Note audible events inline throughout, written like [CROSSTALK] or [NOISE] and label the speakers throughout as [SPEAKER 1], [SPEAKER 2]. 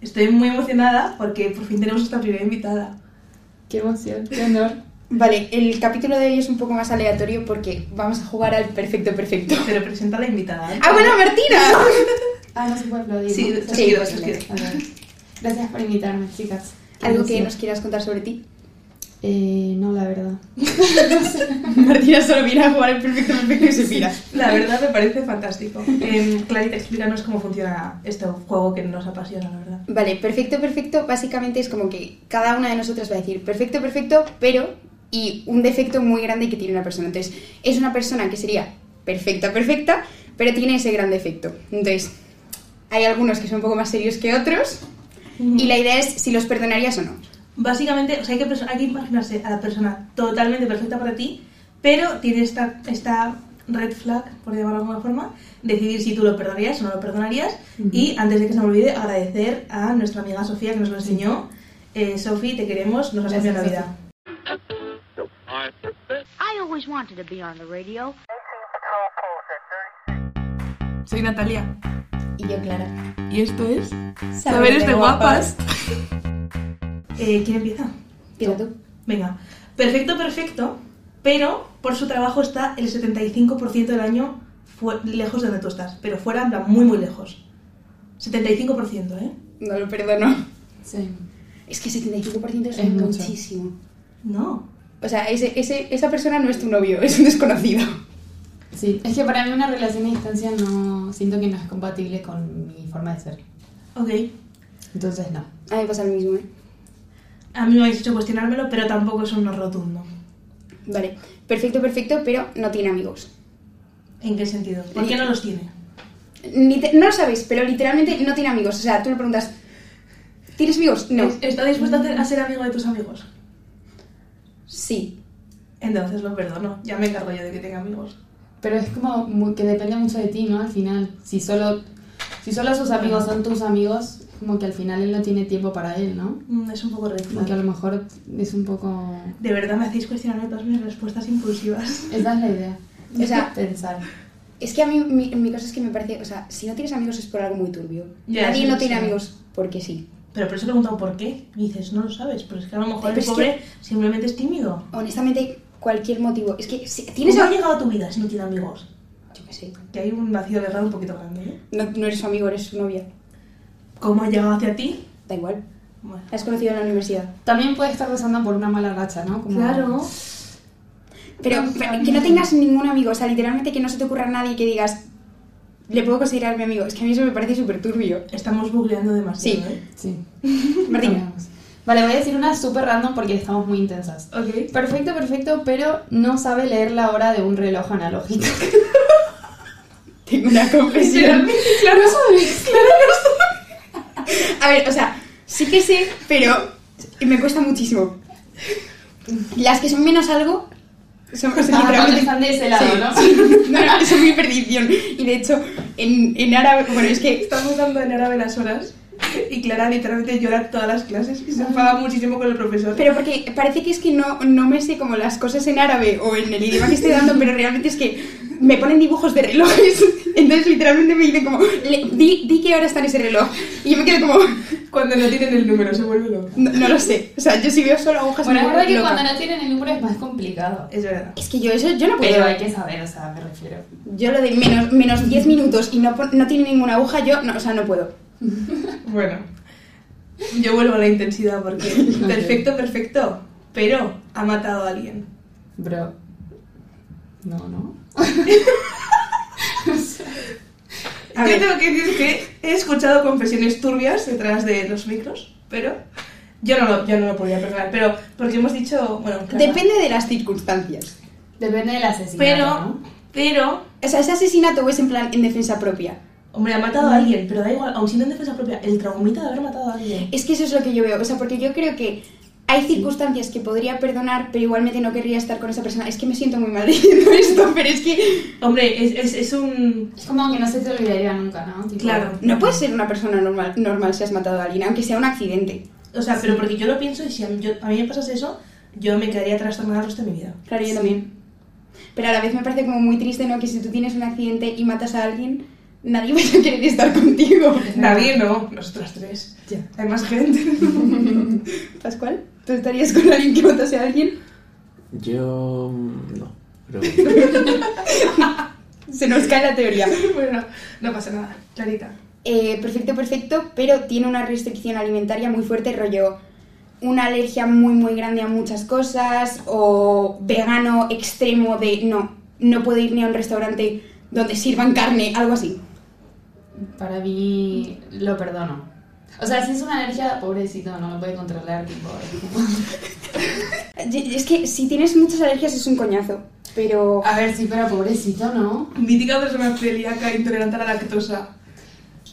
[SPEAKER 1] Estoy muy emocionada porque por fin tenemos nuestra primera invitada.
[SPEAKER 2] Qué emoción, qué honor.
[SPEAKER 3] Vale, el capítulo de hoy es un poco más aleatorio porque vamos a jugar al perfecto perfecto. [LAUGHS]
[SPEAKER 1] Pero presenta a la invitada.
[SPEAKER 3] ¡Ah, bueno, Martina!
[SPEAKER 2] Ah, no se puede aplaudir.
[SPEAKER 1] Sí,
[SPEAKER 2] ¿no?
[SPEAKER 1] sí, sí, sí.
[SPEAKER 2] A ver. Gracias por invitarme, chicas. Qué
[SPEAKER 3] ¿Algo que
[SPEAKER 2] emoción.
[SPEAKER 3] nos quieras contar sobre ti?
[SPEAKER 2] Eh, no, la verdad.
[SPEAKER 3] [LAUGHS] Martina solo viene a jugar al perfecto perfecto y se pira.
[SPEAKER 1] La verdad me parece fantástico. Eh, Clarita, explícanos cómo funciona este juego que nos apasiona, la verdad.
[SPEAKER 3] Vale, perfecto perfecto básicamente es como que cada una de nosotras va a decir perfecto perfecto, pero y un defecto muy grande que tiene una persona. Entonces, es una persona que sería perfecta perfecta, pero tiene ese gran defecto. Entonces, hay algunos que son un poco más serios que otros y la idea es si los perdonarías o no.
[SPEAKER 1] Básicamente, o sea, hay que, perso- hay que imaginarse a la persona totalmente perfecta para ti, pero tiene esta, esta red flag, por llamarlo de alguna forma, decidir si tú lo perdonarías o no lo perdonarías. Y antes de que se me olvide, agradecer a nuestra amiga Sofía que nos lo enseñó. Eh, Sofi, te queremos, nos has
[SPEAKER 2] Gracias,
[SPEAKER 1] cambiado la vida.
[SPEAKER 4] I always wanted to be on the radio.
[SPEAKER 5] Soy Natalia
[SPEAKER 3] Y yo, Clara.
[SPEAKER 5] y esto es Saberes de Guapas.
[SPEAKER 1] Eh, ¿Quién empieza?
[SPEAKER 3] Empieza tú.
[SPEAKER 1] Venga, perfecto, perfecto, pero por su trabajo está el 75% del año fu- lejos de donde tú estás, pero fuera, en plan, muy, muy lejos. 75%, ¿eh?
[SPEAKER 3] No lo perdono.
[SPEAKER 2] Sí.
[SPEAKER 3] Es que 75% es,
[SPEAKER 2] Es mucho.
[SPEAKER 3] muchísimo.
[SPEAKER 1] No.
[SPEAKER 3] O sea, ese, ese- esa persona no es tu novio, es un desconocido.
[SPEAKER 2] Sí, es que para mí una relación a distancia no siento que no es compatible con mi forma de ser.
[SPEAKER 1] Ok.
[SPEAKER 2] Entonces no.
[SPEAKER 3] A mí me pasa lo mismo, ¿eh?
[SPEAKER 1] A mí me habéis hecho cuestionármelo, pero tampoco es un no rotundo.
[SPEAKER 3] Vale, perfecto, perfecto, pero no tiene amigos.
[SPEAKER 1] ¿En qué sentido? ¿Por qué no los tiene?
[SPEAKER 3] Ni te- no lo sabes, pero literalmente no tiene amigos. O sea, tú le preguntas, ¿tienes amigos? No.
[SPEAKER 1] ¿Es- ¿Está dispuesto a, hacer- a ser amigo de tus amigos?
[SPEAKER 3] Sí.
[SPEAKER 1] Entonces lo perdono. Ya me encargo yo de que tenga amigos.
[SPEAKER 2] Pero es como mu- que depende mucho de ti, ¿no? Al final, si solo, si solo sus amigos son tus amigos, es como que al final él no tiene tiempo para él, ¿no?
[SPEAKER 1] Mm, Es un poco red
[SPEAKER 2] Como
[SPEAKER 1] flag.
[SPEAKER 2] que a lo mejor es un poco...
[SPEAKER 1] De verdad me hacéis cuestionarme todas mis respuestas impulsivas.
[SPEAKER 2] Esa es la idea.
[SPEAKER 3] O sea-
[SPEAKER 2] pensar.
[SPEAKER 3] Es que a mí mi, mi cosa es que me parece, o sea, si no tienes amigos es por algo muy turbio.
[SPEAKER 1] Ya,
[SPEAKER 3] Nadie
[SPEAKER 1] sí,
[SPEAKER 3] no
[SPEAKER 1] sí.
[SPEAKER 3] tiene amigos porque sí.
[SPEAKER 1] Pero por eso he preguntado por qué. Y dices, no lo sabes, pero es que a lo mejor
[SPEAKER 3] Eh, Pero
[SPEAKER 1] el
[SPEAKER 3] es que-
[SPEAKER 1] pobre simplemente es tímido.
[SPEAKER 3] Honestamente, cualquier motivo. Es que si tienes
[SPEAKER 1] ¿Cómo ha
[SPEAKER 3] amigos...
[SPEAKER 1] llegado a tu vida si no tiene amigos?
[SPEAKER 3] Yo qué sé.
[SPEAKER 1] Que hay un vacío legal un poquito grande, ¿eh?
[SPEAKER 3] No, no eres su amigo, eres su novia.
[SPEAKER 1] ¿Cómo ha llegado hacia ti?
[SPEAKER 3] Da igual.
[SPEAKER 1] Bueno.
[SPEAKER 3] La has conocido en la universidad.
[SPEAKER 2] También puede estar pasando por una mala racha, ¿no? Como-
[SPEAKER 1] Claro.
[SPEAKER 3] Pero,
[SPEAKER 2] No,
[SPEAKER 3] pero
[SPEAKER 2] no,
[SPEAKER 3] que
[SPEAKER 2] no.
[SPEAKER 3] no tengas ningún amigo, o sea, literalmente que no se te ocurra nadie que digas, le puedo considerar mi amigo. Es que a mí eso me parece súper turbio.
[SPEAKER 1] Estamos googleando demasiado,
[SPEAKER 3] Sí.
[SPEAKER 1] ¿eh?
[SPEAKER 2] Sí.
[SPEAKER 3] Martina.
[SPEAKER 2] Vamos. Vale, voy a decir una súper random porque estamos muy intensas.
[SPEAKER 1] Ok.
[SPEAKER 2] Perfecto, perfecto, pero no sabe leer la hora de un reloj analógico.
[SPEAKER 3] [LAUGHS] Tengo una
[SPEAKER 2] [LAUGHS]
[SPEAKER 3] confesión.
[SPEAKER 2] claro, sabes.
[SPEAKER 3] A ver, o sea, sí que sé, pero me cuesta muchísimo. Las que son menos algo son o sea, literalmente-
[SPEAKER 2] están Ah, de ese lado,
[SPEAKER 3] Sí,
[SPEAKER 2] ¿no?
[SPEAKER 3] sí. [LAUGHS] No, no, eso es mi perdición. Y de hecho, en, en árabe, bueno, es que
[SPEAKER 1] Estamos dando en árabe las horas y Clara literalmente llora todas las clases y se enfada muchísimo con el profesor.
[SPEAKER 3] Pero porque parece que es que no, no me sé como las cosas en árabe o en el idioma que estoy dando, pero realmente es que me ponen dibujos de relojes. [LAUGHS] Entonces literalmente me dicen como, "Le- di, di qué hora está en ese reloj. Y yo me quedo como,
[SPEAKER 1] Cuando no tienen el número se vuelve loca.
[SPEAKER 3] no, no lo sé. O sea, yo si veo solo agujas
[SPEAKER 2] Bueno,
[SPEAKER 3] me
[SPEAKER 2] es
[SPEAKER 3] vuelvo
[SPEAKER 2] verdad Pues que
[SPEAKER 3] loca.
[SPEAKER 2] cuando no tienen el número es más complicado.
[SPEAKER 1] Es verdad.
[SPEAKER 3] Es que yo eso, yo no puedo.
[SPEAKER 2] Pero hay que saber, o sea, me refiero.
[SPEAKER 3] Yo lo de menos, menos 10 minutos y no, pon- no tiene ninguna aguja, yo, no, o sea, no puedo.
[SPEAKER 1] Bueno, yo vuelvo a la intensidad
[SPEAKER 3] [LAUGHS]
[SPEAKER 1] porque perfecto, perfecto, pero ha matado a alguien.
[SPEAKER 2] Bro. No, no.
[SPEAKER 3] A
[SPEAKER 1] yo
[SPEAKER 3] ver.
[SPEAKER 1] tengo que decir que he escuchado confesiones turbias detrás de los micros, pero yo no lo, yo no lo podía perdonar. Pero porque hemos dicho, bueno, Clara,
[SPEAKER 3] Depende de las circunstancias.
[SPEAKER 2] Depende del asesinato,
[SPEAKER 1] pero,
[SPEAKER 2] ¿no?
[SPEAKER 1] pero,
[SPEAKER 3] O sea, es asesinato o es en plan en defensa propia.
[SPEAKER 1] hombre, ha matado a alguien, pero da igual, aun siendo en defensa propia, el traumita de haber matado a alguien.
[SPEAKER 3] Es que eso es lo que yo veo. O sea, porque yo creo que hay circunstancias que podría perdonar, pero igualmente no querría estar con esa persona. Es que me siento muy mal [LAUGHS] diciendo esto, pero es que
[SPEAKER 1] Hombre, es, es, es un...
[SPEAKER 2] Es como que no se te olvidaría nunca, ¿no? Tipo,
[SPEAKER 1] Claro.
[SPEAKER 3] no puedes ser una persona normal, normal si has matado a alguien, aunque sea un accidente.
[SPEAKER 1] O sea, pero porque yo lo pienso y si a mí, yo- a mí me pasase eso, yo me quedaría trastornada el resto de mi vida.
[SPEAKER 3] Claro, yo también. Pero a la vez me parece como muy triste, ¿no? Que si tú tienes un [LAUGHS] accidente y matas a alguien, nadie va a querer estar contigo.
[SPEAKER 1] Nadie no, nosotras tres.
[SPEAKER 3] Ya.
[SPEAKER 1] Hay más gente. [LAUGHS]
[SPEAKER 3] Pascual, ¿tú estarías con alguien que votase a alguien?
[SPEAKER 6] Yo. mm, No. [LAUGHS] Creo que-
[SPEAKER 3] Se nos cae la teoría.
[SPEAKER 1] bueno, no pasa nada. Clarita.
[SPEAKER 3] Eh, perfecto, perfecto, pero tiene una restricción alimentaria muy fuerte, rollo una alergia muy muy grande a muchas cosas o vegano extremo de no, no puedo ir ni a un restaurante donde sirvan carne, algo así.
[SPEAKER 2] Para mí lo perdono. O sea, si es una alergia, pobrecito, no lo puede controlar. Tipo,
[SPEAKER 1] [LAUGHS]
[SPEAKER 3] Y- y Es que si tienes muchas alergias es un coñazo, pero
[SPEAKER 2] a ver, sí, pero pobrecito, ¿no?
[SPEAKER 1] Mítica persona celíaca intolerante a la lactosa.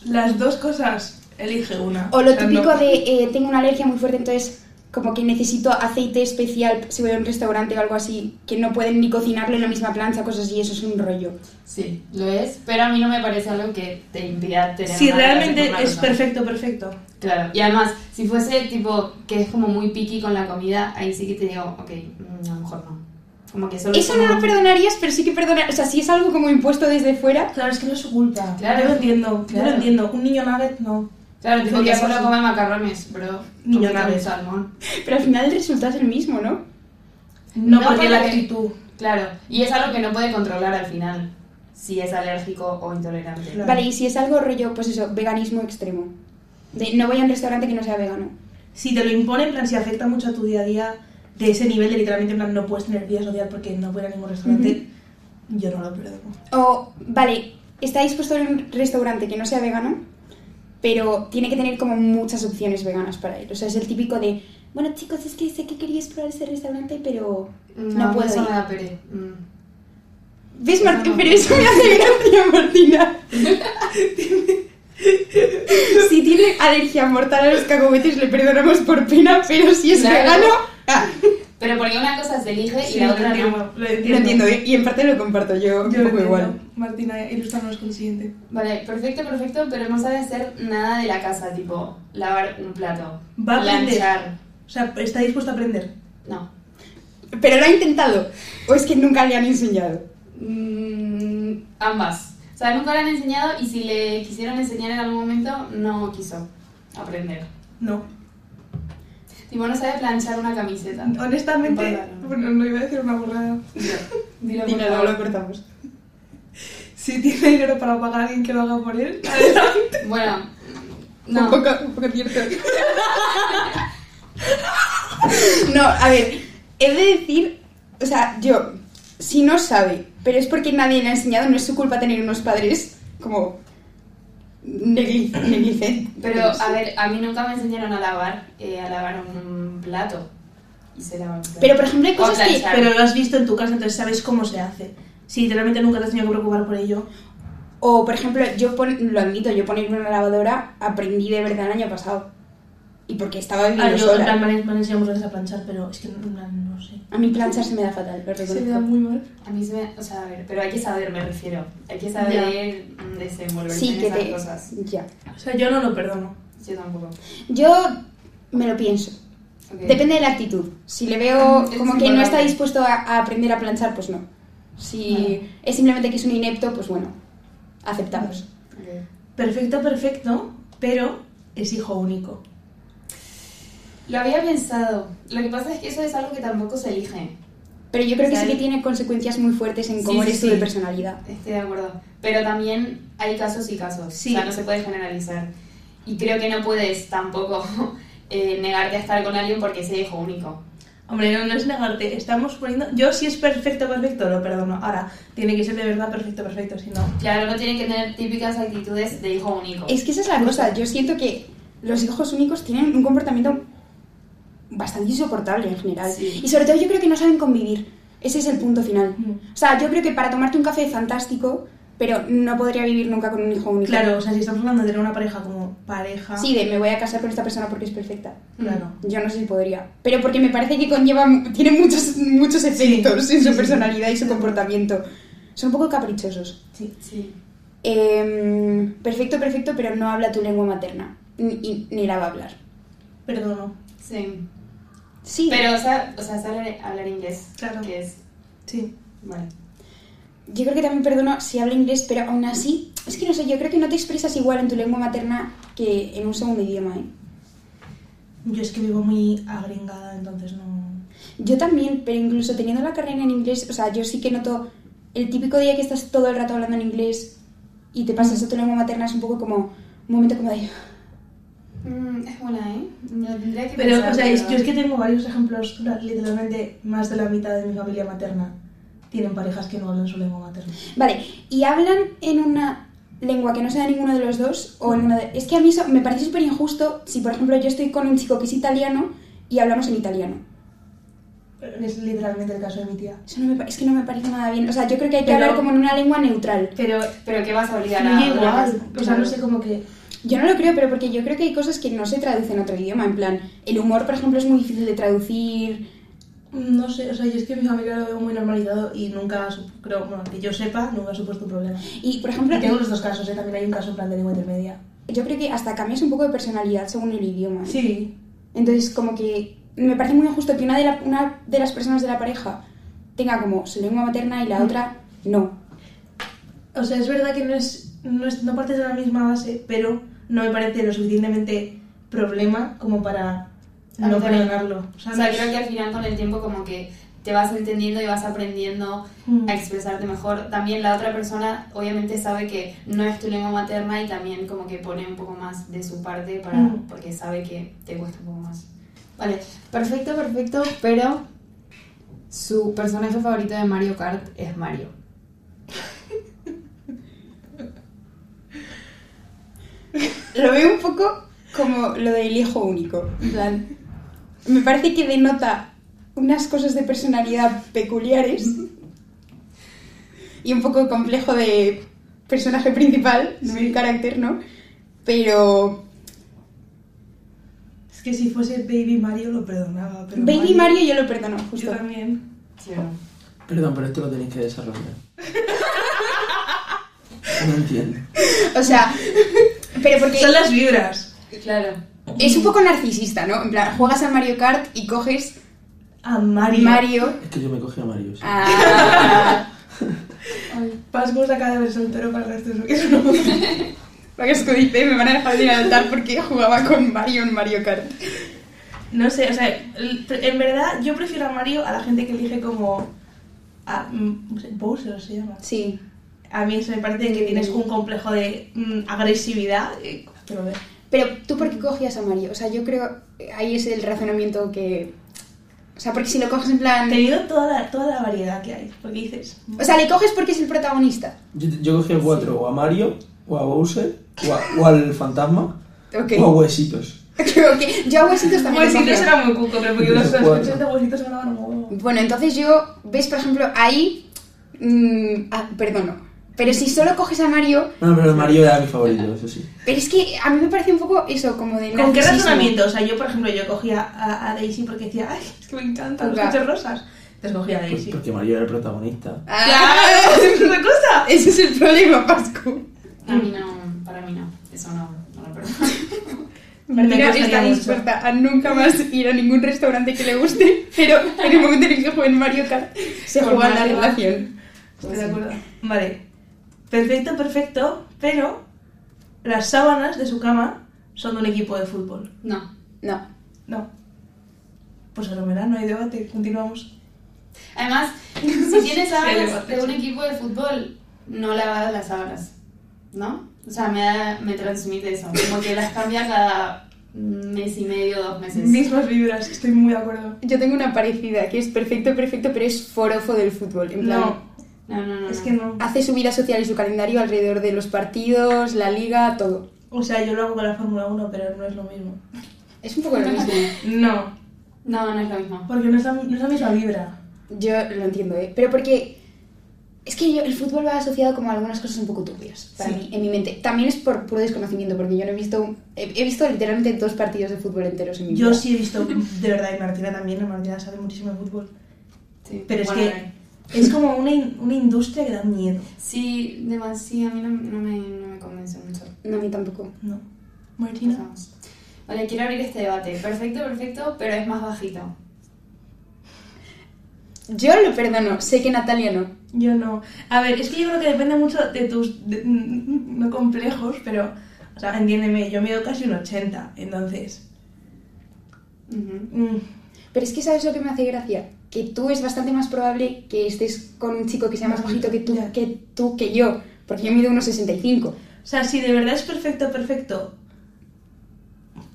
[SPEAKER 1] Las dos cosas, elige una.
[SPEAKER 3] o lo
[SPEAKER 1] sea, no.
[SPEAKER 3] típico de eh, tengo una alergia muy fuerte, entonces como que necesito aceite especial si voy a un restaurante o algo así, que no pueden ni cocinarlo en la misma plancha, cosas así, eso es un rollo.
[SPEAKER 2] Sí, lo es, pero a mí no me parece algo que te impida tener.
[SPEAKER 1] Si
[SPEAKER 2] una
[SPEAKER 1] realmente
[SPEAKER 2] relación con una
[SPEAKER 1] es
[SPEAKER 2] persona.
[SPEAKER 1] perfecto, perfecto.
[SPEAKER 2] Claro, y además, si fuese tipo que es como muy picky con la comida, ahí sí que te digo, ok, mm, a lo mejor no. Como que solo.
[SPEAKER 3] Eso
[SPEAKER 2] es
[SPEAKER 3] no
[SPEAKER 2] como-
[SPEAKER 3] lo perdonarías, pero sí que perdonar. O sea, si es algo como impuesto desde fuera.
[SPEAKER 1] Claro, es que no es su culpa.
[SPEAKER 2] Claro.
[SPEAKER 1] Yo lo entiendo, yo
[SPEAKER 2] Claro.
[SPEAKER 1] lo entiendo. Un niño nugget no.
[SPEAKER 2] Claro, tipo que
[SPEAKER 1] Sería
[SPEAKER 2] solo
[SPEAKER 1] así.
[SPEAKER 2] come macarrones, bro.
[SPEAKER 1] Niño
[SPEAKER 2] Comete un
[SPEAKER 1] nave.
[SPEAKER 2] salmón.
[SPEAKER 3] Pero al final el resultado es el mismo, ¿no?
[SPEAKER 1] No,
[SPEAKER 2] No,
[SPEAKER 1] porque la
[SPEAKER 2] porque-
[SPEAKER 1] actitud.
[SPEAKER 2] Claro, y es algo que no puede controlar al final, si es alérgico o intolerante.
[SPEAKER 1] Claro.
[SPEAKER 3] Vale, y si es algo rollo, pues eso, veganismo extremo. De no voy a un restaurante que no sea vegano.
[SPEAKER 1] Si te lo impone, en plan, si afecta mucho a tu día a día, de ese nivel de literalmente, en plan, no puedes tener vida social porque no voy a ningún restaurante, yo no lo perdono.
[SPEAKER 3] O, vale, está dispuesto a ir a un restaurante que no sea vegano, pero tiene que tener como muchas opciones veganas para ir. O sea, es el típico de, bueno chicos, es que sé que queríais probar ese restaurante, pero no, puedo
[SPEAKER 2] eso
[SPEAKER 3] ir.
[SPEAKER 2] me da pere. Mm.
[SPEAKER 3] ¿Ves,
[SPEAKER 2] Eso
[SPEAKER 3] Martín?
[SPEAKER 2] no.
[SPEAKER 3] Pero eso me hace gracia, Martina. si tiene alergia mortal a los cacahuetes, le perdonamos por pena, pero si es
[SPEAKER 2] Claro.
[SPEAKER 3] vegano. Ah,
[SPEAKER 2] Pero porque una cosa se elige y la
[SPEAKER 1] lo
[SPEAKER 2] otra no.
[SPEAKER 1] entiendo, lo
[SPEAKER 3] lo entiendo, ¿eh? y en parte lo comparto yo, un
[SPEAKER 1] Yo lo
[SPEAKER 3] poco
[SPEAKER 1] entiendo.
[SPEAKER 3] igual.
[SPEAKER 1] Martina, ilustrarnos con el siguiente.
[SPEAKER 2] Vale, perfecto, perfecto, pero no sabe hacer nada de la casa, tipo lavar un plato,
[SPEAKER 1] Va a aprender.
[SPEAKER 2] planchar.
[SPEAKER 1] O sea, está dispuesto a aprender.
[SPEAKER 2] No.
[SPEAKER 3] Pero lo ha intentado, o es que nunca le han enseñado.
[SPEAKER 2] Mm, ambas. O sea, nunca le han enseñado y si le quisieron enseñar en algún momento, no quiso aprender.
[SPEAKER 1] No.
[SPEAKER 2] Tipo, no sabe planchar una camiseta.
[SPEAKER 1] Honestamente,
[SPEAKER 2] Bárbaro.
[SPEAKER 1] bueno, no iba a decir una burrada.
[SPEAKER 2] Dilo, dilo,
[SPEAKER 3] Y
[SPEAKER 2] por
[SPEAKER 3] nada, lo
[SPEAKER 2] favor.
[SPEAKER 3] cortamos.
[SPEAKER 1] Si tiene dinero para pagar a alguien que lo haga por él, [LAUGHS] adelante.
[SPEAKER 2] Bueno,
[SPEAKER 3] Un,
[SPEAKER 2] no.
[SPEAKER 3] poco, un poco cierto. no, a ver, he de decir, o sea, yo, si no sabe, pero es porque nadie le ha enseñado, no es su culpa tener unos padres como negli- neglicentes.
[SPEAKER 2] Pero, a ver, a mí nunca me enseñaron a lavar, eh, a lavar un plato. Y se lava un plato.
[SPEAKER 3] Pero, por ejemplo, hay
[SPEAKER 2] O
[SPEAKER 3] cosas que...
[SPEAKER 2] planchar.
[SPEAKER 1] Pero lo has visto en tu casa, entonces sabes cómo se hace. Si literalmente nunca te has tenido que preocupar por ello.
[SPEAKER 3] O, por ejemplo, yo pon- lo admito, yo ponerme una lavadora aprendí de verdad el año pasado. Y porque estaba
[SPEAKER 1] Ah,
[SPEAKER 3] viviendo
[SPEAKER 1] yo, en plan,
[SPEAKER 3] sola.
[SPEAKER 1] me han- me han enseñado muchas veces a planchar, pero es que en plan, no sé.
[SPEAKER 3] A mí planchar se me da fatal, lo
[SPEAKER 1] Se
[SPEAKER 3] reconozco.
[SPEAKER 1] me da muy mal.
[SPEAKER 2] A mí se me... O sea, a ver, pero hay que saber, me refiero. Hay que saber mm, desenvolverse
[SPEAKER 3] Sí,
[SPEAKER 2] en
[SPEAKER 3] que
[SPEAKER 2] esas
[SPEAKER 3] te...
[SPEAKER 2] cosas.
[SPEAKER 3] Ya.
[SPEAKER 1] O sea, yo no lo perdono.
[SPEAKER 2] Yo tampoco.
[SPEAKER 3] Yo me lo pienso.
[SPEAKER 2] Ok.
[SPEAKER 3] Depende de la actitud. Si le veo
[SPEAKER 2] Ah, Es
[SPEAKER 3] como que no está
[SPEAKER 2] importante.
[SPEAKER 3] dispuesto a, a aprender a planchar, pues no. Si
[SPEAKER 2] Vale.
[SPEAKER 3] es simplemente que es un inepto, pues bueno, aceptamos.
[SPEAKER 2] Ok.
[SPEAKER 1] Perfecto, perfecto, pero es hijo único.
[SPEAKER 2] Lo había pensado. Lo que pasa es que eso es algo que tampoco se elige.
[SPEAKER 3] Pero yo creo que sí
[SPEAKER 2] Vale.
[SPEAKER 3] que tiene consecuencias muy fuertes en
[SPEAKER 2] Sí,
[SPEAKER 3] cómo
[SPEAKER 2] sí,
[SPEAKER 3] eres tú
[SPEAKER 2] sí.
[SPEAKER 3] de personalidad.
[SPEAKER 2] Estoy de acuerdo. Pero también hay casos y casos.
[SPEAKER 1] Sí.
[SPEAKER 2] O sea, no se puede generalizar. Y creo que no puedes tampoco [LAUGHS] eh, negarte a estar con alguien porque sea hijo único.
[SPEAKER 1] Hombre, no, no es negarte, estamos poniendo... Yo si es perfecto, perfecto, lo perdono. Ahora, tiene que ser de verdad perfecto, perfecto, si no...
[SPEAKER 2] Claro, no tienen que tener típicas actitudes de hijo único.
[SPEAKER 3] Es que esa es la cosa. Yo siento que los hijos únicos tienen un comportamiento bastante insoportable en general.
[SPEAKER 2] Sí.
[SPEAKER 3] Y sobre todo yo creo que no saben convivir. Ese es el punto final.
[SPEAKER 1] Mm.
[SPEAKER 3] O sea, yo creo que para tomarte un café fantástico, pero no podría vivir nunca con un hijo único.
[SPEAKER 1] Claro, o sea, si estamos hablando de tener una pareja como pareja...
[SPEAKER 3] Sí, de me voy a casar con esta persona porque es perfecta.
[SPEAKER 1] Claro.
[SPEAKER 3] Yo no sé si podría. Pero porque me parece que conlleva. Tiene muchos, muchos efectos en su personalidad y su comportamiento. Son un poco caprichosos.
[SPEAKER 1] Sí.
[SPEAKER 2] Sí.
[SPEAKER 3] Em, perfecto, perfecto, pero no habla tu lengua materna. Ni, y- ni la va a hablar.
[SPEAKER 1] Perdono.
[SPEAKER 2] Sí.
[SPEAKER 3] Sí.
[SPEAKER 2] Pero, o sea, o sea saber hablar inglés.
[SPEAKER 1] Claro.
[SPEAKER 2] Que es.
[SPEAKER 1] Sí.
[SPEAKER 2] Vale.
[SPEAKER 3] Yo creo que también perdono si habla inglés, pero aún así. Es que no sé, yo creo que no te expresas igual en tu lengua materna que en un segundo idioma, ¿eh?
[SPEAKER 1] Yo es que vivo muy agringada, entonces no.
[SPEAKER 3] Yo también, pero incluso teniendo la carrera en inglés, o sea, yo sí que noto el típico día que estás todo el rato hablando en inglés y te pasas
[SPEAKER 1] Mm.
[SPEAKER 3] a tu lengua materna es un poco como un momento como de...
[SPEAKER 2] Mm, es buena, ¿eh? Lo tendría que
[SPEAKER 1] Pero,
[SPEAKER 2] pensar,
[SPEAKER 1] o sea, es-
[SPEAKER 2] pero-
[SPEAKER 1] yo es que tengo varios ejemplos, literalmente más de la mitad de mi familia materna tienen parejas que no hablan su lengua materna.
[SPEAKER 3] Vale, ¿y hablan en una lengua que no sea ninguno de los dos? o en una de- Es que a mí eso me parece súper injusto si, por ejemplo, yo estoy con un chico que es italiano y hablamos en italiano.
[SPEAKER 1] Es literalmente el caso de mi tía.
[SPEAKER 3] Eso no me pa- es que no me parece nada bien. O sea, yo creo que hay que
[SPEAKER 1] Pero-
[SPEAKER 3] hablar como en una lengua neutral.
[SPEAKER 1] Pero
[SPEAKER 2] Pero que vas a obligar a...
[SPEAKER 1] fluye igual,
[SPEAKER 2] a-
[SPEAKER 1] o sea, no sé cómo que...
[SPEAKER 3] Yo no lo creo, pero porque yo creo que hay cosas que no se traducen a otro idioma. En plan, el humor, por ejemplo, es muy difícil de traducir.
[SPEAKER 1] mm, No sé, o sea, yo es que mi familia lo veo muy normalizado y nunca, ha sup- creo, bueno, que yo sepa, nunca ha supuesto un problema.
[SPEAKER 3] Y, por
[SPEAKER 1] Y
[SPEAKER 3] ejemplo,
[SPEAKER 1] tengo los dos casos, ¿eh? también hay un caso en plan de lengua intermedia.
[SPEAKER 3] yo creo que hasta cambias un poco de personalidad según el idioma. ¿eh?
[SPEAKER 1] Sí.
[SPEAKER 3] Entonces, como que me parece muy injusto que una de, la- una de las personas de la pareja tenga como su lengua materna y la
[SPEAKER 1] Mm.
[SPEAKER 3] otra no.
[SPEAKER 1] O sea, es verdad que no es, no es, no partes de la misma base, pero no me parece lo suficientemente problema como para
[SPEAKER 2] A mí
[SPEAKER 1] no
[SPEAKER 2] también.
[SPEAKER 1] perdonarlo. O sea,
[SPEAKER 2] O
[SPEAKER 1] no
[SPEAKER 2] sea,
[SPEAKER 1] es-
[SPEAKER 2] creo que al final con el tiempo como que te vas entendiendo y vas aprendiendo
[SPEAKER 1] Mm.
[SPEAKER 2] a expresarte mejor. También la otra persona obviamente sabe que no es tu lengua materna y también como que pone un poco más de su parte para
[SPEAKER 1] Mm.
[SPEAKER 2] porque sabe que te cuesta un poco más. Vale, perfecto, perfecto, pero su personaje favorito de Mario Kart es Mario.
[SPEAKER 3] Lo veo un poco como lo del hijo único. En plan, me parece que denota unas cosas de personalidad peculiares y un poco complejo de personaje principal, de mi carácter, ¿no? Pero
[SPEAKER 1] Es que si fuese Baby Mario lo perdonaba, pero
[SPEAKER 3] Baby Mario yo lo perdono,
[SPEAKER 1] yo
[SPEAKER 3] justo.
[SPEAKER 1] también.
[SPEAKER 2] ¿Sí o no?
[SPEAKER 6] Perdón, pero esto lo tenéis que desarrollar. No entiendo.
[SPEAKER 1] [LAUGHS]
[SPEAKER 3] O sea, pero porque
[SPEAKER 1] Son las vibras.
[SPEAKER 2] Claro.
[SPEAKER 3] es un poco narcisista, ¿no? En plan, juegas al Mario Kart y coges
[SPEAKER 1] A Mario.
[SPEAKER 3] Mario.
[SPEAKER 6] Es que yo me cogí a Mario. sí.
[SPEAKER 1] [LAUGHS]
[SPEAKER 3] Ah,
[SPEAKER 1] Pascos acaba de ver soltero para el resto de su vida.
[SPEAKER 3] para que os codice, me van a dejar de ir al altar porque jugaba con Mario en Mario Kart.
[SPEAKER 1] No sé, o sea, el- en verdad yo prefiero a Mario a la gente que elige como. A, mm, no sé, Bowser se llama.
[SPEAKER 3] Sí.
[SPEAKER 1] A mí se me parece que tienes un complejo de mm, agresividad. eh, pero a ver.
[SPEAKER 3] Pero tú por qué cogías a Mario? O sea, yo creo eh, ahí es el razonamiento que o sea, porque si lo coges en plan,
[SPEAKER 1] Tenido toda la, toda la variedad que hay. Porque dices.
[SPEAKER 3] o sea, le coges porque es el protagonista.
[SPEAKER 6] Yo, yo cogí a cuatro, o a Mario, o a Bowser, o, a- o al fantasma,
[SPEAKER 3] Ok.
[SPEAKER 6] o a
[SPEAKER 1] Oh,
[SPEAKER 3] [LAUGHS]
[SPEAKER 6] huesitos.
[SPEAKER 3] Ok, Yo a huesitos también. le
[SPEAKER 1] Huesitos
[SPEAKER 3] cogía.
[SPEAKER 1] era muy cuco, pero porque
[SPEAKER 6] Yo
[SPEAKER 1] los
[SPEAKER 6] soy
[SPEAKER 1] escuchas
[SPEAKER 6] cuatro.
[SPEAKER 1] de huesitos sonaban un huevo.
[SPEAKER 3] Bueno, entonces yo ves, por ejemplo, ahí mm, ah, perdono. Pero si solo coges a Mario,
[SPEAKER 6] No, pero Mario era mi favorito, eso sí.
[SPEAKER 3] pero es que a mí me parece un poco eso como de
[SPEAKER 1] ¿Con qué
[SPEAKER 3] narcisismo.
[SPEAKER 1] razonamiento? O sea, yo, por ejemplo, yo cogía a, a Daisy porque decía, ay, es que me encantan
[SPEAKER 3] Claro.
[SPEAKER 1] los coches rosas. Entonces cogía a
[SPEAKER 6] Pues
[SPEAKER 1] Daisy.
[SPEAKER 6] porque Mario era el protagonista.
[SPEAKER 3] Ah,
[SPEAKER 1] [LAUGHS] ¡Es otra cosa!
[SPEAKER 3] [LAUGHS] ese es el problema, Pascu.
[SPEAKER 2] A mí no, para mí no. Eso no, no lo perdono.
[SPEAKER 3] Mira,
[SPEAKER 1] costaría
[SPEAKER 3] está
[SPEAKER 1] mucho.
[SPEAKER 3] dispuesta a nunca más ir a ningún restaurante que le guste, pero en el momento en el que juega en Mario Kart se
[SPEAKER 2] Con
[SPEAKER 3] juega la
[SPEAKER 2] Mario.
[SPEAKER 3] relación. Pues
[SPEAKER 1] Estoy de acuerdo. Vale. Perfecto, perfecto, pero las sábanas de su cama son de un equipo de fútbol.
[SPEAKER 2] [LAUGHS] No.
[SPEAKER 3] No.
[SPEAKER 1] No. Pues a verán, no hay debate, continuamos.
[SPEAKER 2] Además, [LAUGHS] si
[SPEAKER 1] [LAUGHS]
[SPEAKER 2] tienes sábanas
[SPEAKER 1] elevate,
[SPEAKER 2] de un
[SPEAKER 1] sí.
[SPEAKER 2] equipo de fútbol, no lavas las sábanas, ¿no? O sea, me, da- me transmite eso, como que las cambia cada mes y medio, dos meses.
[SPEAKER 1] Mismas vibras, estoy muy de acuerdo.
[SPEAKER 3] Yo tengo una parecida que es perfecto, perfecto, pero es forofo del fútbol. En plan,
[SPEAKER 1] No,
[SPEAKER 2] No, no, no. no.
[SPEAKER 1] es que no.
[SPEAKER 3] hace su vida social y su calendario alrededor de los partidos, la liga, todo.
[SPEAKER 1] O sea, yo lo hago con la Fórmula 1, pero no es lo mismo.
[SPEAKER 3] Es un poco lo mismo.
[SPEAKER 1] No,
[SPEAKER 2] No, no es lo mismo.
[SPEAKER 1] porque no es la, no es la misma vibra.
[SPEAKER 3] Yo lo entiendo, ¿eh? Pero porque es que yo- el fútbol va asociado como a algunas cosas un poco turbias para
[SPEAKER 1] Sí.
[SPEAKER 3] mí, en mi mente. También es por puro desconocimiento, porque yo no he visto... He, he visto literalmente dos partidos de fútbol enteros en mi vida.
[SPEAKER 1] Yo sí he visto, de verdad, y Martina también, y Martina sabe muchísimo de fútbol.
[SPEAKER 2] Sí.
[SPEAKER 1] Pero es
[SPEAKER 2] Bueno, a
[SPEAKER 1] que
[SPEAKER 2] ver.
[SPEAKER 1] es como una, in- una industria que da miedo.
[SPEAKER 2] Sí, demasiado, sí, a mí no, no me, no me convence mucho.
[SPEAKER 3] No, a mí tampoco.
[SPEAKER 1] No. Martina.
[SPEAKER 2] Pasamos. Vale, quiero abrir este debate. Perfecto, perfecto, pero es más bajito.
[SPEAKER 3] Yo lo perdono, sé que Natalia no.
[SPEAKER 1] Yo no. A ver, es que yo creo que depende mucho de tus. de- no complejos, pero. O sea, entiéndeme, yo mido casi un 80, entonces.
[SPEAKER 3] Ujú.
[SPEAKER 1] Mm,
[SPEAKER 3] Pero es que sabes lo que me hace gracia, que tú es bastante más probable que estés con un chico que sea más bajito que tú,
[SPEAKER 1] Ya.
[SPEAKER 3] que tú, que yo, porque yo mido unos 65.
[SPEAKER 1] O sea, si de verdad es perfecto, perfecto,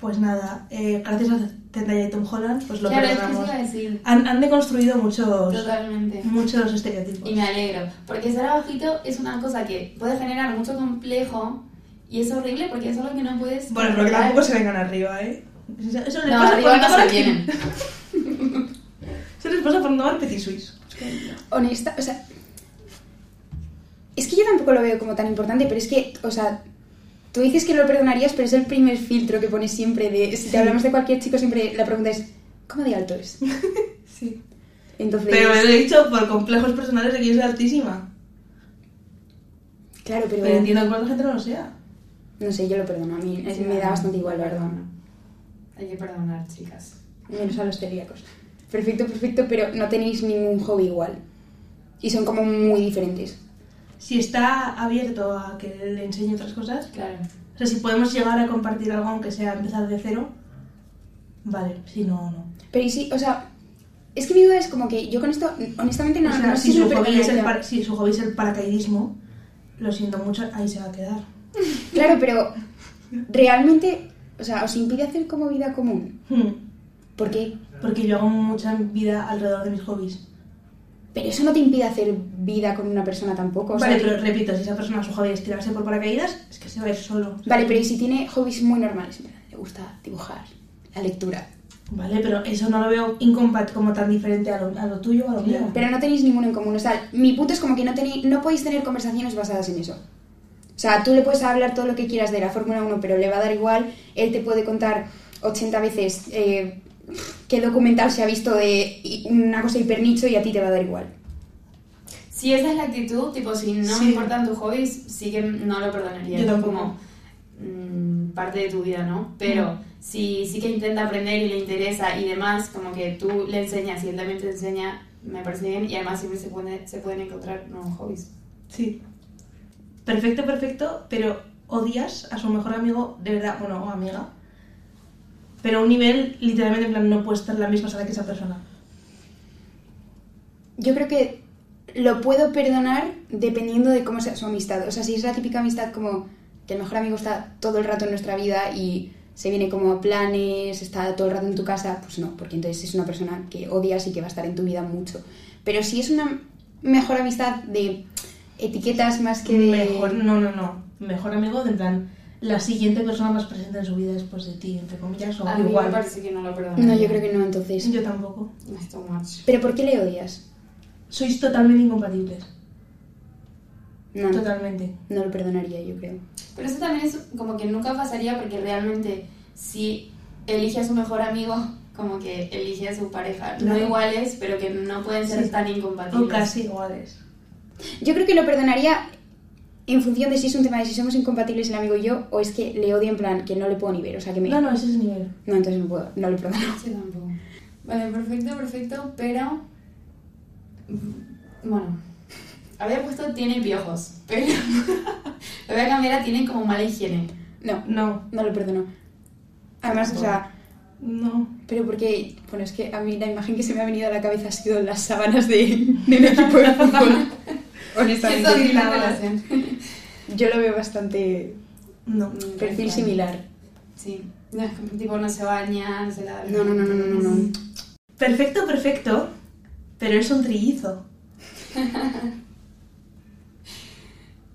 [SPEAKER 1] pues nada, eh, gracias a Zendaya y Tom Holland, pues lo
[SPEAKER 2] claro, es que eso
[SPEAKER 1] perdonamos.
[SPEAKER 2] iba a decir.
[SPEAKER 1] Han, han deconstruido muchos,
[SPEAKER 2] Totalmente.
[SPEAKER 1] muchos estereotipos.
[SPEAKER 2] Y me alegro, porque ser abajito es una cosa que puede generar mucho complejo y es horrible porque es algo que no puedes.
[SPEAKER 1] Bueno, pero que
[SPEAKER 2] controlar.
[SPEAKER 1] tampoco se vengan arriba, ¿eh? Eso, eso les
[SPEAKER 2] No,
[SPEAKER 1] pasa
[SPEAKER 2] arriba
[SPEAKER 1] por
[SPEAKER 2] no
[SPEAKER 1] tomar-
[SPEAKER 2] se vienen.
[SPEAKER 1] [LAUGHS] Eso les pasa por no tomar petit suisse.
[SPEAKER 3] honesta, o sea, es que yo tampoco lo veo como tan importante, pero es que, o sea, tú dices que lo perdonarías, pero es el primer filtro que pones siempre de, si te hablamos de cualquier chico, siempre la pregunta es, ¿cómo de alto es?
[SPEAKER 1] [LAUGHS] Sí.
[SPEAKER 3] Entonces,
[SPEAKER 1] Pero me lo he dicho por complejos personales de que yo soy altísima.
[SPEAKER 3] claro, pero,
[SPEAKER 1] Pero entiendo que cuánta gente no lo sea.
[SPEAKER 3] no sé, yo lo perdono, a mí es-
[SPEAKER 2] Sí,
[SPEAKER 3] me
[SPEAKER 2] no.
[SPEAKER 3] da bastante igual, la verdad,
[SPEAKER 2] Hay que perdonar, chicas.
[SPEAKER 3] menos a los celíacos. Perfecto, perfecto, pero no tenéis ningún hobby igual. Y son como muy diferentes.
[SPEAKER 1] Si está abierto a que le enseñe otras cosas,
[SPEAKER 2] Claro.
[SPEAKER 1] o sea, si podemos llegar a compartir algo, aunque sea empezar de cero, vale, si no, no.
[SPEAKER 3] Pero y sí, o sea, es que mi duda es como que yo con esto, honestamente, no,
[SPEAKER 1] O sea,
[SPEAKER 3] no sé
[SPEAKER 1] si,
[SPEAKER 3] si
[SPEAKER 1] su
[SPEAKER 3] lo
[SPEAKER 1] hobby es el
[SPEAKER 3] perdonaría.
[SPEAKER 1] par- si su hobby es el paracaidismo, lo siento mucho, ahí se va a quedar.
[SPEAKER 3] Claro, pero realmente, o sea, os impide hacer como vida común.
[SPEAKER 1] Hmm.
[SPEAKER 3] ¿Por qué?
[SPEAKER 1] Porque yo hago mucha vida alrededor de mis hobbies.
[SPEAKER 3] Pero eso no te impide hacer vida con una persona tampoco. o sea,
[SPEAKER 1] vale,
[SPEAKER 3] que-
[SPEAKER 1] pero repito, si esa persona su hobby es tirarse por paracaídas, es que se va a ir solo.
[SPEAKER 3] Vale, pero ¿y si tiene hobbies muy normales? En plan, Le gusta dibujar, la lectura.
[SPEAKER 1] Vale, pero eso no lo veo incompat como tan diferente a lo, a lo tuyo o a lo mío.
[SPEAKER 3] Pero no tenéis ninguno en común. O sea, mi punto es como que no, tenéis, no podéis tener conversaciones basadas en eso. O sea, tú le puedes hablar todo lo que quieras de la Fórmula 1, pero le va a dar igual. Él te puede contar 80 veces eh, qué documental se ha visto de hi- una cosa hipernicho y a ti te va a dar igual.
[SPEAKER 2] Si esa es la actitud, tipo, si no
[SPEAKER 1] Sí.
[SPEAKER 2] me importan tus hobbies, sí que no lo perdonaría.
[SPEAKER 1] Yo
[SPEAKER 2] Es
[SPEAKER 1] tampoco.
[SPEAKER 2] Como mm, parte de tu vida, ¿no? Pero si sí que intenta aprender y le interesa y demás, como que tú le enseñas y él también te enseña, me parece bien. Y además siempre se, puede, se pueden encontrar nuevos hobbies.
[SPEAKER 1] Sí. Perfecto, perfecto, pero odias a su mejor amigo, de verdad, bueno, o amiga. Pero a un nivel, literalmente, en plan, no puedes estar en la misma sala que esa persona.
[SPEAKER 3] Yo creo que lo puedo perdonar dependiendo de cómo sea su amistad. O sea, si es la típica amistad como que el mejor amigo está todo el rato en nuestra vida y se viene como a planes, está todo el rato en tu casa, pues no, porque entonces es una persona que odias y que va a estar en tu vida mucho. Pero si es una mejor amistad de etiquetas más que de...
[SPEAKER 1] Mejor, no, no, no. Mejor amigo, de en plan, la siguiente persona más presente en su vida después de ti, entre comillas, o
[SPEAKER 2] A mí me
[SPEAKER 1] igual.
[SPEAKER 2] parece que no lo perdonaría.
[SPEAKER 3] No, yo creo que no, entonces.
[SPEAKER 1] Yo tampoco.
[SPEAKER 2] no. Es too much.
[SPEAKER 3] ¿Pero por qué le odias?
[SPEAKER 1] Sois totalmente incompatibles.
[SPEAKER 2] Ah.
[SPEAKER 3] No,
[SPEAKER 1] Totalmente.
[SPEAKER 3] no lo perdonaría, yo creo.
[SPEAKER 2] Pero eso también es como que nunca pasaría porque realmente si elige a su mejor amigo, como que elige a su pareja. No
[SPEAKER 1] Claro.
[SPEAKER 2] iguales, pero que no pueden ser
[SPEAKER 1] Sí.
[SPEAKER 2] tan
[SPEAKER 1] O
[SPEAKER 2] incompatibles.
[SPEAKER 1] casi iguales.
[SPEAKER 3] Yo creo que lo perdonaría en función de si es un tema de si somos incompatibles el amigo y yo, o es que le odio en plan que no le puedo ni ver, o sea que me...
[SPEAKER 1] No, no, ese es el nivel.
[SPEAKER 3] No, entonces no puedo, no lo perdono. [LAUGHS]
[SPEAKER 2] Sí, tampoco. Vale, perfecto, perfecto, pero... mm, Bueno, había puesto tiene piojos, pero [LAUGHS] lo voy a cambiar a tienen como mala higiene.
[SPEAKER 3] No,
[SPEAKER 1] No,
[SPEAKER 3] no lo perdono. Además, o sea,
[SPEAKER 1] no.
[SPEAKER 3] pero porque, bueno, es que a mí la imagen que se me ha venido a la cabeza ha sido las sábanas de, de un equipo
[SPEAKER 1] [LAUGHS]
[SPEAKER 3] de fútbol.
[SPEAKER 2] Eso
[SPEAKER 3] Honestamente,
[SPEAKER 2] sí la
[SPEAKER 1] nada.
[SPEAKER 2] relación.
[SPEAKER 3] yo lo veo bastante
[SPEAKER 1] No.
[SPEAKER 3] perfil similar.
[SPEAKER 2] Sí, no, es como, tipo no se bañan, se lavan.
[SPEAKER 3] No, no, no, no, no, no, no.
[SPEAKER 1] Perfecto, perfecto, pero es un trillizo.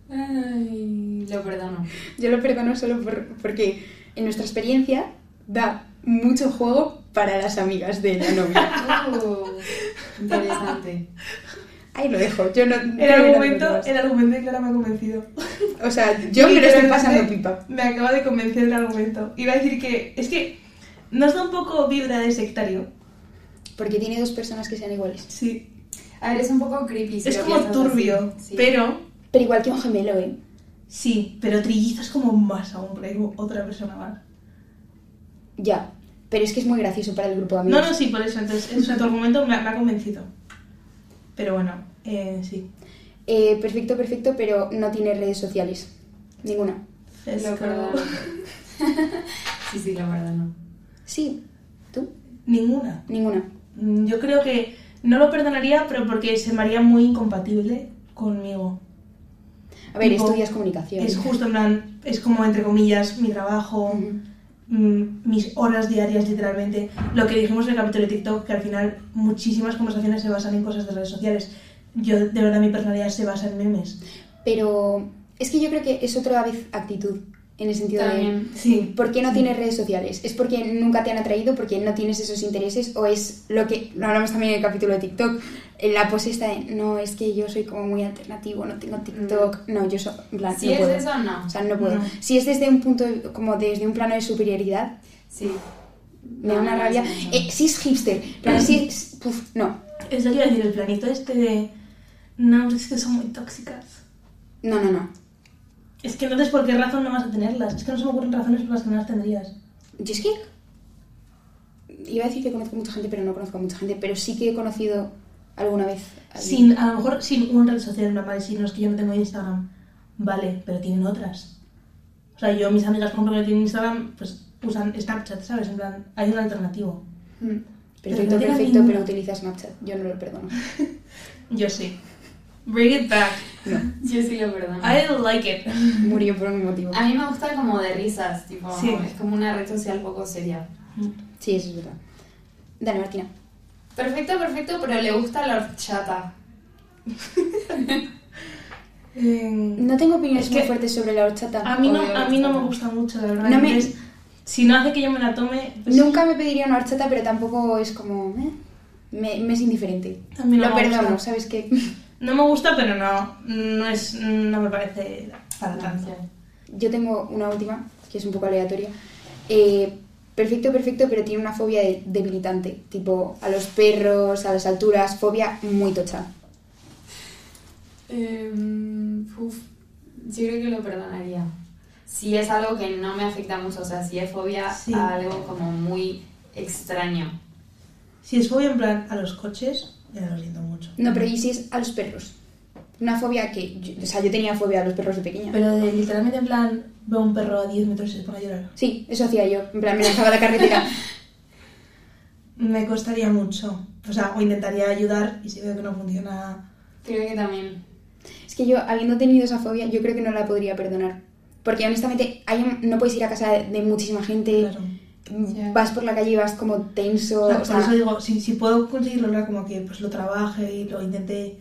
[SPEAKER 2] Ay, lo perdono.
[SPEAKER 3] Yo lo perdono solo por- porque en nuestra experiencia da mucho juego para las amigas de la novia.
[SPEAKER 2] Uh, interesante.
[SPEAKER 3] Ahí lo dejo. Yo no.
[SPEAKER 1] El
[SPEAKER 3] creo que no
[SPEAKER 1] argumento,
[SPEAKER 3] tengo
[SPEAKER 1] el argumento de Clara me ha convencido.
[SPEAKER 3] más. O sea, yo me lo estoy pasando pipa.
[SPEAKER 1] Me acaba de convencer el argumento. Iba a decir que es que nos da un poco vibra de sectario.
[SPEAKER 3] Porque tiene dos personas que sean iguales.
[SPEAKER 1] Sí.
[SPEAKER 2] A ver, es un poco creepy. si
[SPEAKER 1] Es
[SPEAKER 2] lo
[SPEAKER 1] como
[SPEAKER 2] piensas así.
[SPEAKER 1] turbio,
[SPEAKER 2] Sí.
[SPEAKER 1] pero
[SPEAKER 3] Pero igual que un gemelo, ¿eh?
[SPEAKER 1] sí, pero trillizo es como más aún, porque hay otra persona más.
[SPEAKER 3] Ya. Pero es que es muy gracioso para el grupo de
[SPEAKER 1] No,
[SPEAKER 3] amigos.
[SPEAKER 1] no, sí, por eso. Entonces, o
[SPEAKER 3] [LAUGHS]
[SPEAKER 1] sea, tu argumento me ha, me ha convencido. Pero bueno, eh, sí.
[SPEAKER 3] Eh, perfecto, perfecto, pero no tiene redes sociales. Ninguna.
[SPEAKER 2] Lo
[SPEAKER 1] Es como-
[SPEAKER 2] perdono. sí, sí, lo perdono.
[SPEAKER 3] Sí. ¿Tú?
[SPEAKER 1] [LAUGHS] Ninguna.
[SPEAKER 3] Ninguna.
[SPEAKER 1] Mm, Yo creo que no lo perdonaría, pero porque se me haría muy incompatible conmigo.
[SPEAKER 3] A ver,
[SPEAKER 1] Tipo,
[SPEAKER 3] estudias comunicación.
[SPEAKER 1] Es justo en plan, es como entre comillas mi trabajo,
[SPEAKER 3] Ujú.
[SPEAKER 1] mm, mis horas diarias literalmente. Lo que dijimos en el capítulo de TikTok, que al final muchísimas conversaciones se basan en cosas de redes sociales. Yo, de verdad, mi personalidad se basa en memes.
[SPEAKER 3] Pero es que yo creo que es otra vez actitud, en el sentido
[SPEAKER 2] También.
[SPEAKER 3] de...
[SPEAKER 1] Sí.
[SPEAKER 3] ¿Por qué no
[SPEAKER 2] Mm.
[SPEAKER 3] tienes redes sociales? ¿Es porque nunca te han atraído? ¿Porque no tienes esos intereses? ¿O es lo que lo hablamos también en el capítulo de TikTok? eh, La pose esta de, no, es que yo soy como muy alternativo, no tengo TikTok. No, yo soy... en plan,
[SPEAKER 2] Mm. Si
[SPEAKER 3] no
[SPEAKER 2] es Mm.
[SPEAKER 3] puedo.
[SPEAKER 2] eso, no.
[SPEAKER 3] O sea, no puedo.
[SPEAKER 1] No.
[SPEAKER 3] Si es desde un punto, como desde un plano de superioridad,
[SPEAKER 2] Sí.
[SPEAKER 3] me
[SPEAKER 2] Ah,
[SPEAKER 3] da una rabia. Eh, si es hipster, pero si
[SPEAKER 2] Mm.
[SPEAKER 3] es... puf, no.
[SPEAKER 1] Es lo que iba a decir, el planito este de. No, es que son muy tóxicas.
[SPEAKER 3] No, no, no.
[SPEAKER 1] Es que entonces, ¿por qué razón no vas a tenerlas? Es que no se me ocurren razones por las que no las tendrías.
[SPEAKER 3] Yo es que iba a decir que conozco mucha gente, pero no conozco a mucha gente, pero sí que he conocido alguna vez. a alguien.
[SPEAKER 1] Sin, a lo mejor sin una red social, en plan, vale, si no es que yo no tengo Instagram, vale, pero tienen otras. O sea, yo, mis amigas, por ejemplo, que no tienen Instagram, pues usan Snapchat, ¿sabes? En plan, hay un alternativo.
[SPEAKER 3] Mm.
[SPEAKER 1] Pero
[SPEAKER 3] Perfecto,
[SPEAKER 1] no digas
[SPEAKER 3] perfecto,
[SPEAKER 1] ninguna.
[SPEAKER 3] pero utiliza Snapchat. Yo no lo perdono. [LAUGHS]
[SPEAKER 1] Yo sí. Bring it back.
[SPEAKER 2] Yo sí lo perdono.
[SPEAKER 1] I like it.
[SPEAKER 3] Murió por un motivo.
[SPEAKER 1] Ah.
[SPEAKER 2] A mí me gusta como de risas, tipo,
[SPEAKER 1] Sí.
[SPEAKER 2] es como una red social poco seria.
[SPEAKER 3] Sí, eso es verdad. Dale, Martina.
[SPEAKER 2] Perfecto, perfecto, pero le gusta la horchata.
[SPEAKER 1] Eh,
[SPEAKER 3] No tengo opiniones
[SPEAKER 1] Es que
[SPEAKER 3] muy fuertes sobre la horchata.
[SPEAKER 1] a, mí no,
[SPEAKER 3] Odio la
[SPEAKER 1] a mí no
[SPEAKER 3] horchata.
[SPEAKER 1] me gusta mucho, la verdad.
[SPEAKER 3] No me-
[SPEAKER 1] Entonces, si no hace que yo me la tome, pues
[SPEAKER 3] Nunca me pediría una horchata, pero tampoco es como. eh, Me, me es indiferente.
[SPEAKER 1] A mí no
[SPEAKER 3] lo
[SPEAKER 1] me
[SPEAKER 3] perdono,
[SPEAKER 1] gusta.
[SPEAKER 3] ¿sabes qué? [LAUGHS]
[SPEAKER 1] no me gusta, pero no, no, es, no me parece para tanto.
[SPEAKER 3] Yo tengo una última, que es un poco aleatoria. Eh, perfecto, perfecto, pero tiene una fobia de- debilitante. Tipo, a los perros, a las alturas, fobia muy tocha.
[SPEAKER 2] Eh, uf, yo creo que lo perdonaría. Si es algo que no me afecta mucho, o sea, si es fobia
[SPEAKER 1] Sí.
[SPEAKER 2] a algo como muy extraño.
[SPEAKER 1] Si es fobia en plan a los coches, ya lo siento mucho.
[SPEAKER 3] No, pero ¿y si es a los perros? Una fobia que... yo- o sea, yo tenía fobia a los perros de pequeña.
[SPEAKER 1] Pero de, literalmente en plan, veo un perro a 10 metros y se pone a llorar.
[SPEAKER 3] Sí, eso hacía yo. En plan, me lanzaba a
[SPEAKER 1] [LAUGHS]
[SPEAKER 3] la carretera.
[SPEAKER 1] Me costaría mucho. O sea, o intentaría ayudar y si veo que no funciona...
[SPEAKER 2] Creo que también.
[SPEAKER 3] es que yo, habiendo tenido esa fobia, yo creo que no la podría perdonar. Porque honestamente, hay un- no puedes ir a casa de, de muchísima gente. Mm,
[SPEAKER 1] Claro.
[SPEAKER 2] Ya.
[SPEAKER 3] Vas por la calle y vas como tenso.
[SPEAKER 1] Claro,
[SPEAKER 3] o
[SPEAKER 1] por
[SPEAKER 3] sea,
[SPEAKER 1] eso digo, si, si puedo conseguirlo, ahora como que pues lo trabaje y lo intente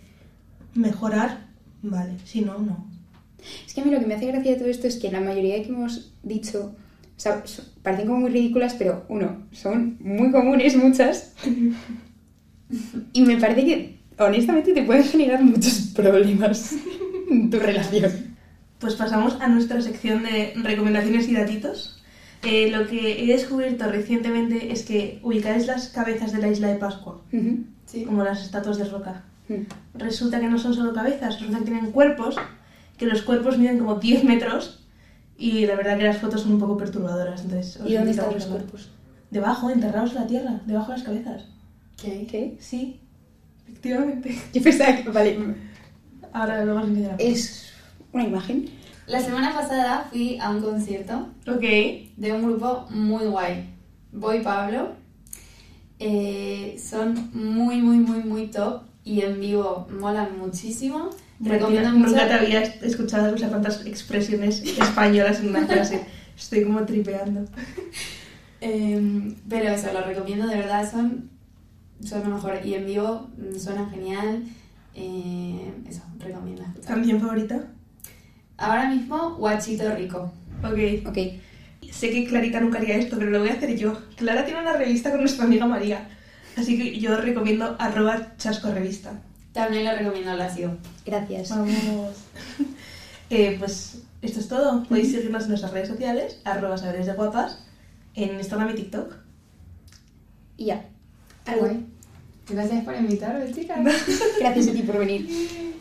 [SPEAKER 1] mejorar, vale. Si no, no.
[SPEAKER 3] Es que a mí lo que me hace gracia de todo esto es que la mayoría que hemos dicho, o sea, so- parecen como muy ridículas, pero uno, son muy
[SPEAKER 1] [LAUGHS]
[SPEAKER 3] comunes muchas. Y me parece que, honestamente, te pueden generar muchos problemas en tu relación.
[SPEAKER 1] Pues pasamos a nuestra sección de recomendaciones y datitos. Eh, lo que he descubierto recientemente es que ubicáis las cabezas de la isla de Pascua,
[SPEAKER 3] Ujú.
[SPEAKER 2] Sí.
[SPEAKER 1] como las estatuas de roca.
[SPEAKER 3] Mm.
[SPEAKER 1] resulta que no son solo cabezas, resulta que tienen cuerpos, que los cuerpos miden como 10 metros y la verdad que las fotos son un poco perturbadoras. Entonces, os
[SPEAKER 3] ¿Y
[SPEAKER 1] invito a
[SPEAKER 3] dónde están los
[SPEAKER 1] buscarlo.
[SPEAKER 3] cuerpos?
[SPEAKER 1] Debajo, enterrados en la tierra, debajo de las cabezas.
[SPEAKER 2] ¿Qué?
[SPEAKER 3] ¿Qué?
[SPEAKER 1] Sí, efectivamente. [LAUGHS]
[SPEAKER 3] Yo pensaba que, vale,
[SPEAKER 1] Ahora luego se entenderá.
[SPEAKER 3] es una imagen.
[SPEAKER 2] La semana pasada fui a un concierto
[SPEAKER 1] Ok.
[SPEAKER 2] de un grupo muy guay. Boy Pablo. Eh, son muy, muy, muy, muy top y en vivo molan muchísimo.
[SPEAKER 1] Martina,
[SPEAKER 2] Recomiendo mucho.
[SPEAKER 1] nunca te había escuchado usar tantas expresiones españolas en una clase. Estoy como tripeando.
[SPEAKER 2] Eh, pero eso, lo recomiendo de verdad, son, son lo mejor. Y en vivo mm, suenan genial. Eh, eso, recomiendo escuchar.
[SPEAKER 1] ¿Canción favorita?
[SPEAKER 2] Ahora mismo, Guachito Rico.
[SPEAKER 1] Ok.
[SPEAKER 3] Ok.
[SPEAKER 1] Sé que Clarita nunca haría esto, pero lo voy a hacer yo. Clara tiene una revista con nuestra amiga María. Así que yo os recomiendo arroba chascorrevista.
[SPEAKER 2] También lo recomiendo, la sigo.
[SPEAKER 3] Gracias.
[SPEAKER 1] Vamos. [LAUGHS] Eh, pues esto es todo. Podéis seguirnos en nuestras redes sociales, arroba saberes de guapas, en Instagram y TikTok.
[SPEAKER 3] Y ya.
[SPEAKER 2] Gracias por invitarme, chicas.
[SPEAKER 3] Gracias a ti por venir.